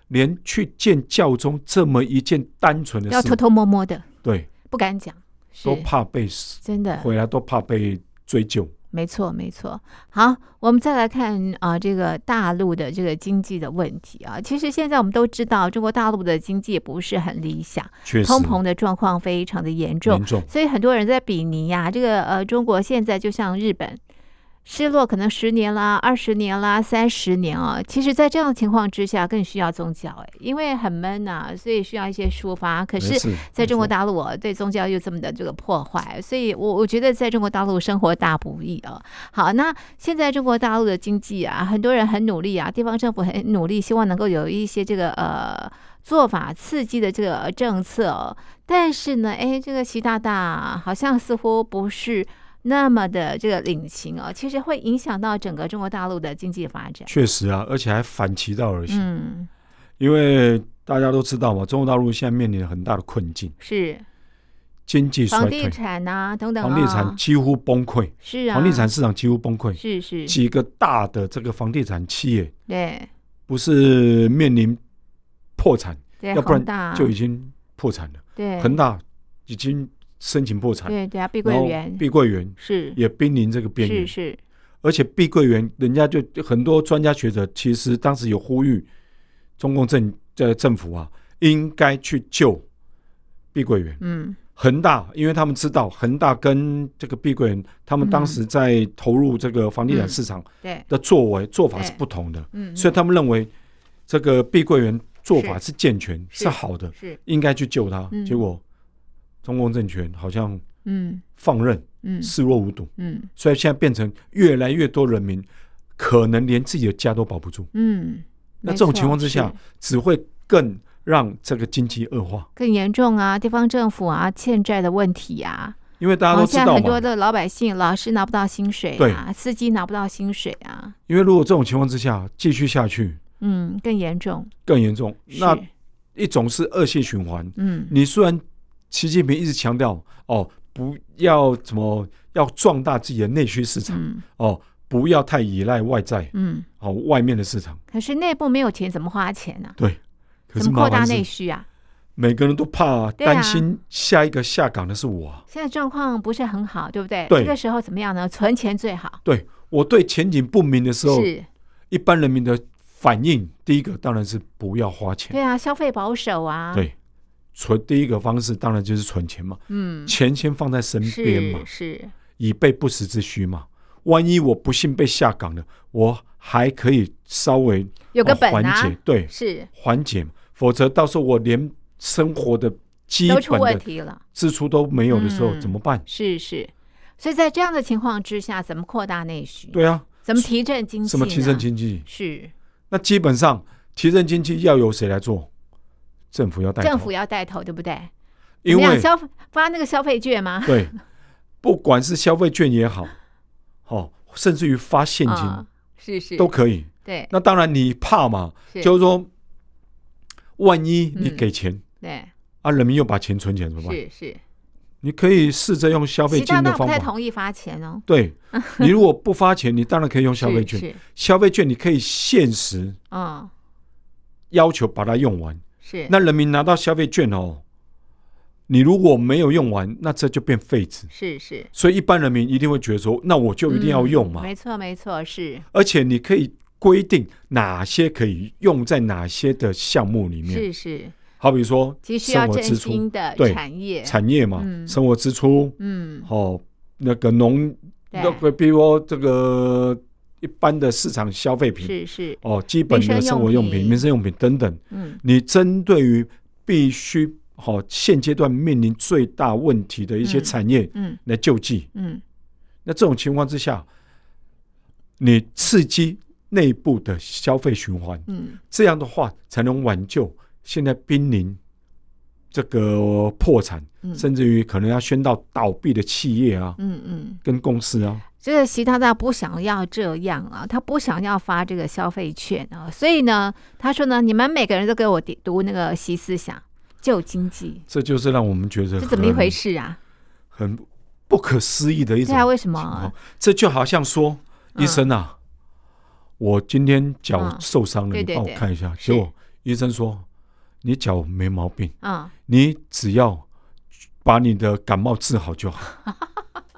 Speaker 2: 连去见教宗这么一件单纯的
Speaker 1: 要偷
Speaker 2: 事，
Speaker 1: 偷摸摸的，
Speaker 2: 对，
Speaker 1: 不敢讲，是
Speaker 2: 都怕被
Speaker 1: 真的。
Speaker 2: 回来都怕被追究。
Speaker 1: 没错，没错。好，我们再来看啊、这个大陆的这个经济的问题啊。其实现在我们都知道，中国大陆的经济也不是很理想，
Speaker 2: 确实，
Speaker 1: 通膨的状况非常的严重
Speaker 2: 严，重，
Speaker 1: 所以很多人在比拟呀、这个呃，中国现在就像日本，失落可能十年啦、二十年啦、三十年啊、其实，在这样的情况之下，更需要宗教哎，因为很闷呐、所以需要一些抒发。可是
Speaker 2: 没事
Speaker 1: 在中国，
Speaker 2: 没错
Speaker 1: 大陆啊，对宗教又这么的这个破坏，所以我我觉得在中国大陆生活大不易啊。好，那现在中国大陆的经济啊，很多人很努力啊，地方政府很努力，希望能够有一些这个呃做法刺激的这个政策、哦，但是呢，哎，这个习大大好像似乎不是那么的这个领情哦，其实会影响到整个中国大陆的经济发展。
Speaker 2: 确实啊，而且还反其道而行，
Speaker 1: 嗯，
Speaker 2: 因为大家都知道嘛，中国大陆现在面临很大的困境，
Speaker 1: 是
Speaker 2: 经济衰
Speaker 1: 房地
Speaker 2: 退，
Speaker 1: 产呐、等等啊，
Speaker 2: 房地产几乎崩溃，
Speaker 1: 是啊，
Speaker 2: 房地产市场几乎崩溃，
Speaker 1: 是是，
Speaker 2: 几个大的这个房地产企业
Speaker 1: 对。
Speaker 2: 不是面临破产，
Speaker 1: 对，
Speaker 2: 要不
Speaker 1: 恒
Speaker 2: 然
Speaker 1: 大啊
Speaker 2: 就已经破产了，
Speaker 1: 对
Speaker 2: 恒大已经申请破产，
Speaker 1: 对对啊，碧桂
Speaker 2: 然后
Speaker 1: 园
Speaker 2: 碧桂园
Speaker 1: 是
Speaker 2: 也濒临这个边
Speaker 1: 是
Speaker 2: 缘，
Speaker 1: 是，
Speaker 2: 而且碧桂园，人家就很多专家学者其实当时有呼吁中共政呃政府啊，应该去救碧桂园、
Speaker 1: 嗯
Speaker 2: 恒大，因为他们知道恒大跟这个碧桂园，他们当时在投入这个房地产市场
Speaker 1: 对，
Speaker 2: 的作为、做法是
Speaker 1: 对
Speaker 2: 不同的，
Speaker 1: 嗯
Speaker 2: 所以他们认为这个碧桂园做法是健全
Speaker 1: 嗯是
Speaker 2: 是好的，
Speaker 1: 是
Speaker 2: 应该去救它。
Speaker 1: 嗯
Speaker 2: 结果中共政权好像
Speaker 1: 嗯
Speaker 2: 放任，
Speaker 1: 嗯
Speaker 2: 视若无睹。
Speaker 1: 嗯
Speaker 2: 所以现在变成越来越多人民可能连自己的家都保不住。
Speaker 1: 嗯，
Speaker 2: 那
Speaker 1: 没
Speaker 2: 这种
Speaker 1: 错
Speaker 2: 情况之
Speaker 1: 是
Speaker 2: 下，只会更让这个经济恶化，
Speaker 1: 更严重啊，地方政府啊欠债的问题啊，
Speaker 2: 因为
Speaker 1: 然
Speaker 2: 大家
Speaker 1: 后
Speaker 2: 都知
Speaker 1: 现在
Speaker 2: 道
Speaker 1: 很多
Speaker 2: 嘛，
Speaker 1: 的老百姓，老师拿不到薪水
Speaker 2: 对
Speaker 1: 啊，司机拿不到薪水啊，
Speaker 2: 因为如果这种情况之下继续下去，
Speaker 1: 嗯，更严重，
Speaker 2: 更严重。
Speaker 1: 是
Speaker 2: 那一种是恶性循环。
Speaker 1: 嗯
Speaker 2: 你虽然习近平一直强调哦，不要怎么要壮大自己的内需市场
Speaker 1: 嗯
Speaker 2: 哦，不要太依赖外在
Speaker 1: 嗯，
Speaker 2: 哦外面的市场，
Speaker 1: 可是内部没有钱怎么花钱呢？
Speaker 2: 可
Speaker 1: 怎
Speaker 2: 是
Speaker 1: 么扩
Speaker 2: 麻
Speaker 1: 大
Speaker 2: 烦
Speaker 1: 内
Speaker 2: 是
Speaker 1: 需啊？
Speaker 2: 每个人都怕
Speaker 1: 对啊
Speaker 2: 担心下一个下岗的是我啊、
Speaker 1: 现在状况不是很好，对不对？
Speaker 2: 对
Speaker 1: 这个时候怎么样呢？存钱最好。
Speaker 2: 对我对前景不明的时候，
Speaker 1: 是，
Speaker 2: 一般人民的反应，第一个当然是不要花钱。
Speaker 1: 对啊，消费保守啊。
Speaker 2: 对，存第一个方式当然就是存钱嘛，
Speaker 1: 嗯，
Speaker 2: 钱先放在身边嘛
Speaker 1: 是，是，
Speaker 2: 以备不时之需嘛。万一我不幸被下岗了，我还可以稍微
Speaker 1: 有个
Speaker 2: 呃
Speaker 1: 本啊
Speaker 2: 缓，解，对，
Speaker 1: 是
Speaker 2: 缓解。否则到时候我连生活的基
Speaker 1: 都出
Speaker 2: 本
Speaker 1: 问
Speaker 2: 的
Speaker 1: 题了，
Speaker 2: 支出都没有的时候、
Speaker 1: 嗯
Speaker 2: 怎么办？
Speaker 1: 是是。所以在这样的情况之下，怎么扩大内需？
Speaker 2: 对啊，
Speaker 1: 怎么提振经济？
Speaker 2: 什么提振？经济？
Speaker 1: 是，
Speaker 2: 那基本上提振经济要由谁来做？政府要带头，
Speaker 1: 政府要带头，对不对？
Speaker 2: 因
Speaker 1: 怎么
Speaker 2: 为
Speaker 1: 样消发那个消费券 [LAUGHS] 吗？
Speaker 2: 对，不管是消费券也好，哦，甚至于发现金、
Speaker 1: 啊是是
Speaker 2: 都可以。
Speaker 1: 对
Speaker 2: 那当然你怕嘛，
Speaker 1: 是
Speaker 2: 就是说，万一你
Speaker 1: 嗯
Speaker 2: 给钱、
Speaker 1: 对
Speaker 2: 啊，人民又把钱存起来怎么办？
Speaker 1: 是是，
Speaker 2: 你可以试着用消费
Speaker 1: 习大
Speaker 2: 券的
Speaker 1: 大不
Speaker 2: 方
Speaker 1: 太
Speaker 2: 法。
Speaker 1: 同意发钱哦， [LAUGHS]
Speaker 2: 对，你如果不发钱，你当然可以用消费
Speaker 1: 是
Speaker 2: 券。
Speaker 1: 是
Speaker 2: 消费券你可以限时
Speaker 1: 嗯
Speaker 2: 要求把它用完。
Speaker 1: 是
Speaker 2: 那人民拿到消费券哦，你如果没有用完，那这就变废纸。
Speaker 1: 是是，
Speaker 2: 所以一般人民一定会觉得说，那我就一定要用
Speaker 1: 嗯
Speaker 2: 嘛。
Speaker 1: 没错没错，是
Speaker 2: 而且你可以规定哪些可以用在哪些的项目里面，
Speaker 1: 是是，
Speaker 2: 好比说
Speaker 1: 急需
Speaker 2: 生
Speaker 1: 要
Speaker 2: 活
Speaker 1: 振
Speaker 2: 支出、
Speaker 1: 兴的
Speaker 2: 对
Speaker 1: 产业，
Speaker 2: 产业嘛，
Speaker 1: 嗯
Speaker 2: 生活支出
Speaker 1: 嗯，
Speaker 2: 哦，那个农
Speaker 1: 对
Speaker 2: 那个，比如说这个一般的市场消费品
Speaker 1: 是是，
Speaker 2: 哦，基本的生活用
Speaker 1: 民生用
Speaker 2: 品、
Speaker 1: 品
Speaker 2: 民生用品等等，
Speaker 1: 嗯
Speaker 2: 你针对于必须哦现阶段面临最大问题的一些
Speaker 1: 嗯
Speaker 2: 产业
Speaker 1: 嗯
Speaker 2: 来救济，
Speaker 1: 嗯，
Speaker 2: 那这种情况之下，你刺激内部的消费循环，
Speaker 1: 嗯，
Speaker 2: 这样的话才能挽救现在濒临这个破产，
Speaker 1: 嗯
Speaker 2: 甚至于可能要宣告倒闭的企业啊，
Speaker 1: 嗯嗯，
Speaker 2: 跟公司啊，
Speaker 1: 这个习大大不想要这样啊，他不想要发这个消费券啊，所以呢，他说呢，你们每个人都给我读那个习思想，救经济，
Speaker 2: 这就是让我们觉得
Speaker 1: 这怎么一回
Speaker 2: 很？
Speaker 1: 事啊？
Speaker 2: 很不可思议的一
Speaker 1: 对
Speaker 2: 种
Speaker 1: 啊，为什
Speaker 2: 情
Speaker 1: 么
Speaker 2: 况。？这就好像说，
Speaker 1: 嗯
Speaker 2: 医生啊，我今天脚
Speaker 1: 嗯
Speaker 2: 受伤了，
Speaker 1: 对
Speaker 2: 你
Speaker 1: 对
Speaker 2: 帮我
Speaker 1: 对
Speaker 2: 看一下。
Speaker 1: 是
Speaker 2: 结果医生说，你脚没毛病。
Speaker 1: 嗯，
Speaker 2: 你只要把你的感冒治好就好。
Speaker 1: [LAUGHS]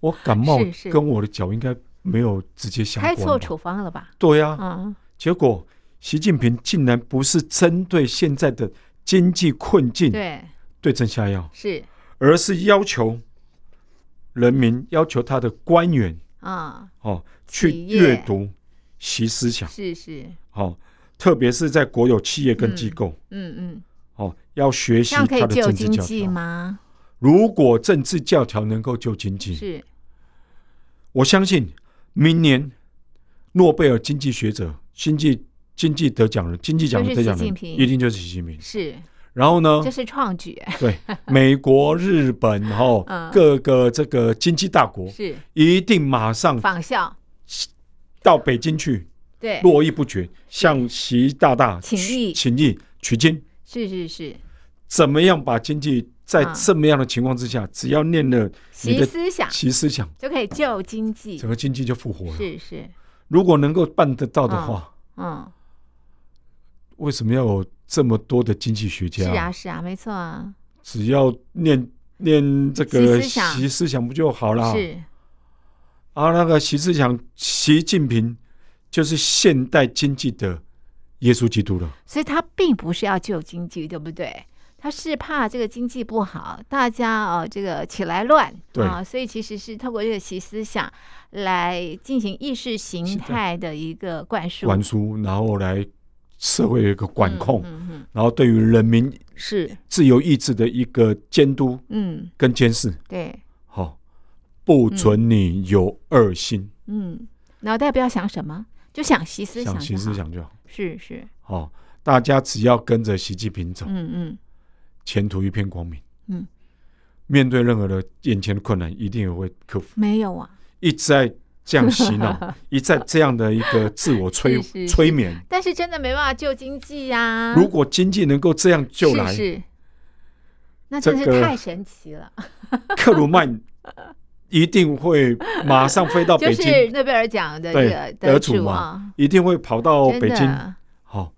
Speaker 2: 我感冒
Speaker 1: 是是
Speaker 2: 跟我的脚应该没有直接相
Speaker 1: 开
Speaker 2: 关吧。
Speaker 1: 错处方了吧？
Speaker 2: 对呀、
Speaker 1: 嗯，
Speaker 2: 结果习近平竟然不是针对现在的经济困境
Speaker 1: 对，
Speaker 2: 对症下药，
Speaker 1: 是，
Speaker 2: 而是要求人民、要求他的官员
Speaker 1: 嗯，
Speaker 2: 哦
Speaker 1: 企
Speaker 2: 去
Speaker 1: 业
Speaker 2: 阅读习思想
Speaker 1: 是是，
Speaker 2: 哦，特别是在国有企业跟机
Speaker 1: 嗯
Speaker 2: 构、
Speaker 1: 嗯嗯，
Speaker 2: 哦，要学习
Speaker 1: 这样可以
Speaker 2: 他的
Speaker 1: 救
Speaker 2: 政治
Speaker 1: 经
Speaker 2: 教
Speaker 1: 济
Speaker 2: 条。嗯
Speaker 1: 吗？
Speaker 2: 如果政治教条能够救经济，
Speaker 1: 是，
Speaker 2: 我相信明年诺贝尔经济学者、经济经济得奖人、经济奖的得奖
Speaker 1: 就是习近
Speaker 2: 人
Speaker 1: 平
Speaker 2: 一定就是习近平。
Speaker 1: 是，
Speaker 2: 然后呢
Speaker 1: 这，是创举，
Speaker 2: 对美国、
Speaker 1: [LAUGHS]
Speaker 2: 日本、哈、
Speaker 1: 嗯
Speaker 2: 各个这个经济大国，
Speaker 1: 是
Speaker 2: 一定马上
Speaker 1: 仿效，
Speaker 2: 到北京去，
Speaker 1: 对，
Speaker 2: 络绎不绝，向习大大
Speaker 1: 请
Speaker 2: 取
Speaker 1: 益
Speaker 2: 请益取经。
Speaker 1: 是是是，
Speaker 2: 怎么样把经济在
Speaker 1: 嗯
Speaker 2: 这么样的情况之下，只要念了你
Speaker 1: 习
Speaker 2: 的
Speaker 1: 思想
Speaker 2: 习思想，
Speaker 1: 就可以救经济
Speaker 2: 整，个经济就复活了。
Speaker 1: 是是，
Speaker 2: 如果能够办得到的话，
Speaker 1: 嗯，
Speaker 2: 为什么要有这么多的经济学
Speaker 1: 是
Speaker 2: 家？
Speaker 1: 啊是啊，没错啊，
Speaker 2: 只要念念这个
Speaker 1: 习思想
Speaker 2: 习思想不就好啦？
Speaker 1: 是，
Speaker 2: 啊，那个习思想，习近平就是现代经济的耶稣基督了。
Speaker 1: 所以他并不是要救经济，对不对？他是怕这个经济不好，大家啊、这个起来乱
Speaker 2: 对
Speaker 1: 啊，所以其实是透过这个习思想来进行意识形态的一个灌输、
Speaker 2: 管书，然后来社会有一个管控，
Speaker 1: 嗯嗯嗯
Speaker 2: 然后对于人民
Speaker 1: 是，
Speaker 2: 自由意志的一个监督
Speaker 1: 嗯，
Speaker 2: 跟监视。
Speaker 1: 对，
Speaker 2: 好、不准你有二心，
Speaker 1: 嗯，脑袋不要想什么，就想嗯习思想
Speaker 2: 想
Speaker 1: 就好，
Speaker 2: 习思想就好。
Speaker 1: 是是，
Speaker 2: 好、大家只要跟着习近平走。
Speaker 1: 嗯嗯，
Speaker 2: 前途一片光明。
Speaker 1: 嗯，
Speaker 2: 面对任何的眼前的困难，一定也会克服。
Speaker 1: 没有啊。
Speaker 2: 一直在这样
Speaker 1: [LAUGHS]
Speaker 2: 洗脑，一再这样的一个自我催
Speaker 1: 是是
Speaker 2: 催眠。
Speaker 1: 但是真的没办法救经济呀、
Speaker 2: 如果经济能够这样救来，
Speaker 1: 是是，那
Speaker 2: 这
Speaker 1: 真是
Speaker 2: 个啊
Speaker 1: 太神奇了。
Speaker 2: 克
Speaker 1: [LAUGHS]
Speaker 2: 鲁曼一定会马上飞到
Speaker 1: 就
Speaker 2: 北京，
Speaker 1: 是诺贝尔奖的这
Speaker 2: 对
Speaker 1: 个
Speaker 2: 得主
Speaker 1: 主
Speaker 2: 嘛
Speaker 1: 啊，
Speaker 2: 一定会跑到
Speaker 1: 真
Speaker 2: 哦北京，
Speaker 1: 的，
Speaker 2: 好、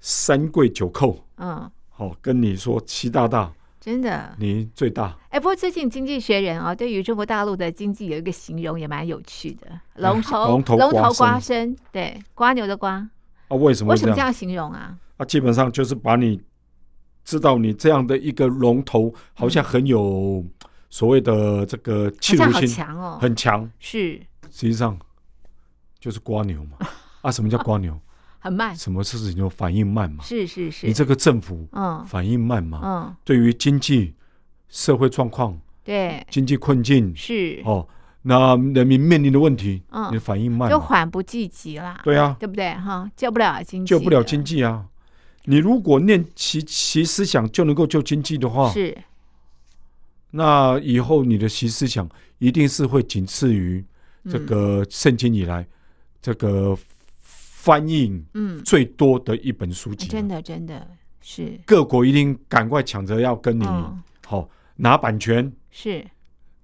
Speaker 2: 三跪九叩，
Speaker 1: 嗯，
Speaker 2: 好、跟你说，习大大，
Speaker 1: 真的。
Speaker 2: 你最大。
Speaker 1: 哎，不过最近《经济学人》啊，对于中国大陆的经济有一个形容也蛮有趣的，龙头
Speaker 2: 哎龙头
Speaker 1: 龙
Speaker 2: 刮
Speaker 1: 头刮
Speaker 2: 身
Speaker 1: 身，对，刮牛的刮，
Speaker 2: 啊，为什么
Speaker 1: 为
Speaker 2: 会
Speaker 1: 什
Speaker 2: 这
Speaker 1: 么
Speaker 2: 样
Speaker 1: 这？样形容啊？
Speaker 2: 啊，基本上就是把你知道你这样的一个龙头，好像很有所谓的这个
Speaker 1: 好
Speaker 2: 企
Speaker 1: 像
Speaker 2: 图
Speaker 1: 好
Speaker 2: 心
Speaker 1: 强哦，
Speaker 2: 很强，
Speaker 1: 是
Speaker 2: 实际上就是瓜
Speaker 1: [LAUGHS]
Speaker 2: 牛嘛。啊，什么叫瓜牛？
Speaker 1: 很慢，
Speaker 2: 什么事情就反应慢嘛？
Speaker 1: 是是是
Speaker 2: 你，这个政府
Speaker 1: 嗯
Speaker 2: 反应慢嘛？
Speaker 1: 嗯，
Speaker 2: 对于经济社会状况、
Speaker 1: 对，
Speaker 2: 经济困境
Speaker 1: 是
Speaker 2: 哦，那人民面临的问题，你
Speaker 1: 嗯，
Speaker 2: 反应慢
Speaker 1: 就
Speaker 2: 嘛，
Speaker 1: 缓不济急啦，
Speaker 2: 哎对啊，
Speaker 1: 对不对哈？救不了经济，
Speaker 2: 救不了经，济啊。你如果念其其思想就能够救经济的话，
Speaker 1: 是
Speaker 2: 那以后你的习思想一定是会仅次于
Speaker 1: 嗯
Speaker 2: 这个圣经以来、这个翻译
Speaker 1: 嗯，
Speaker 2: 最多的一本书籍、
Speaker 1: 真，的真的是，
Speaker 2: 各国一定赶快抢着要跟你好、
Speaker 1: 嗯，
Speaker 2: 拿版权，
Speaker 1: 是，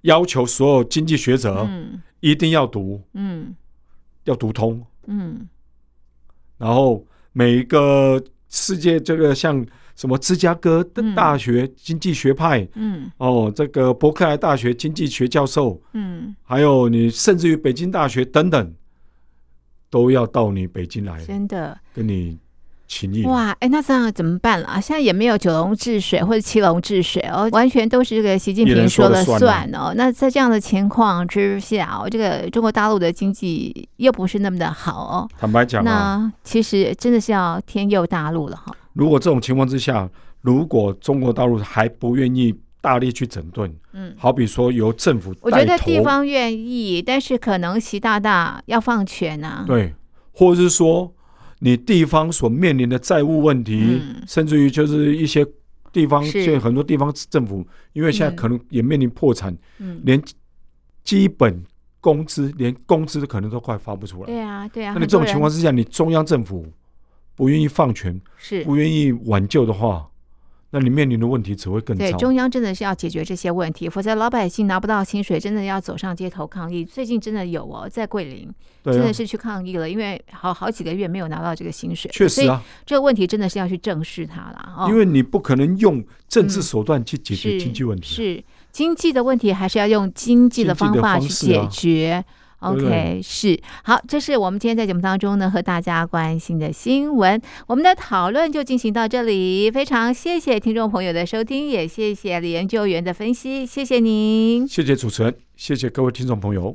Speaker 2: 要求所有经济学者
Speaker 1: 嗯
Speaker 2: 一定要读，
Speaker 1: 嗯
Speaker 2: 要读通，
Speaker 1: 嗯，
Speaker 2: 然后每一个世界这个像什么芝加哥
Speaker 1: 嗯
Speaker 2: 大学经济学派、
Speaker 1: 嗯
Speaker 2: 哦，这个伯克莱大学经济学教授。
Speaker 1: 嗯，
Speaker 2: 还有你甚至于北京大学等等，都要到你北京来
Speaker 1: 真的
Speaker 2: 跟哎你情谊。
Speaker 1: 哇！哎，那这样怎么办了啊？现在也没有九龙治水或者七龙治水哦，完全都是这个习近
Speaker 2: 一人
Speaker 1: 平
Speaker 2: 说
Speaker 1: 了
Speaker 2: 了算啊
Speaker 1: 算哦。那在这样的情况之下、哦，这个中国大陆的经济又不是那么的好哦。
Speaker 2: 坦白讲啊，
Speaker 1: 那其实真的是要天佑大陆了哈、
Speaker 2: 如果这种情况之下，如果中国大陆还不愿意大力去整顿，
Speaker 1: 嗯，
Speaker 2: 好比说由政府
Speaker 1: 我觉
Speaker 2: 带
Speaker 1: 得
Speaker 2: 头
Speaker 1: 地方愿意，但是可能习大大要放权呐、啊。
Speaker 2: 对，或者是说你地方所面临的债务问题，
Speaker 1: 嗯
Speaker 2: 甚至于就是一些地方，
Speaker 1: 是
Speaker 2: 现在很多地方政府因为现在
Speaker 1: 嗯
Speaker 2: 可能也面临破产，
Speaker 1: 嗯，
Speaker 2: 连基本工资连工资可能都快发不出来。
Speaker 1: 对啊，对啊。
Speaker 2: 那你
Speaker 1: 很
Speaker 2: 这
Speaker 1: 多
Speaker 2: 种
Speaker 1: 人
Speaker 2: 情况之下，你中央政府不愿意放权，
Speaker 1: 是
Speaker 2: 不愿意挽救的话，那你面临的问题只会更
Speaker 1: 对，
Speaker 2: 糟。
Speaker 1: 中央真的是要解决这些问题，否则老百姓拿不到薪水，真的要走上街头抗议。最近真的有哦，在桂林、真
Speaker 2: 对
Speaker 1: 的
Speaker 2: 啊，
Speaker 1: 是去抗议了，因为好好几个月没有拿到这个薪水，
Speaker 2: 确实，啊，
Speaker 1: 这个问题真的是要去正视它了哦。嗯
Speaker 2: 因为你不可能用政治手段去解
Speaker 1: 是
Speaker 2: 决经济问题啊。
Speaker 1: 是经济的问题，还是要用经济的
Speaker 2: 经
Speaker 1: 方
Speaker 2: 济的
Speaker 1: 法
Speaker 2: 方
Speaker 1: 去
Speaker 2: 式
Speaker 1: 解
Speaker 2: 啊
Speaker 1: 决。
Speaker 2: 对
Speaker 1: OK，
Speaker 2: 不对
Speaker 1: 是好，这是我们今天在节目当中呢和大家关心的新闻。我们的讨论就进行到这里，非常谢谢听众朋友的收听，也谢谢李研究员的分析，谢谢您。
Speaker 2: 谢谢主持人，谢谢各位听众朋友。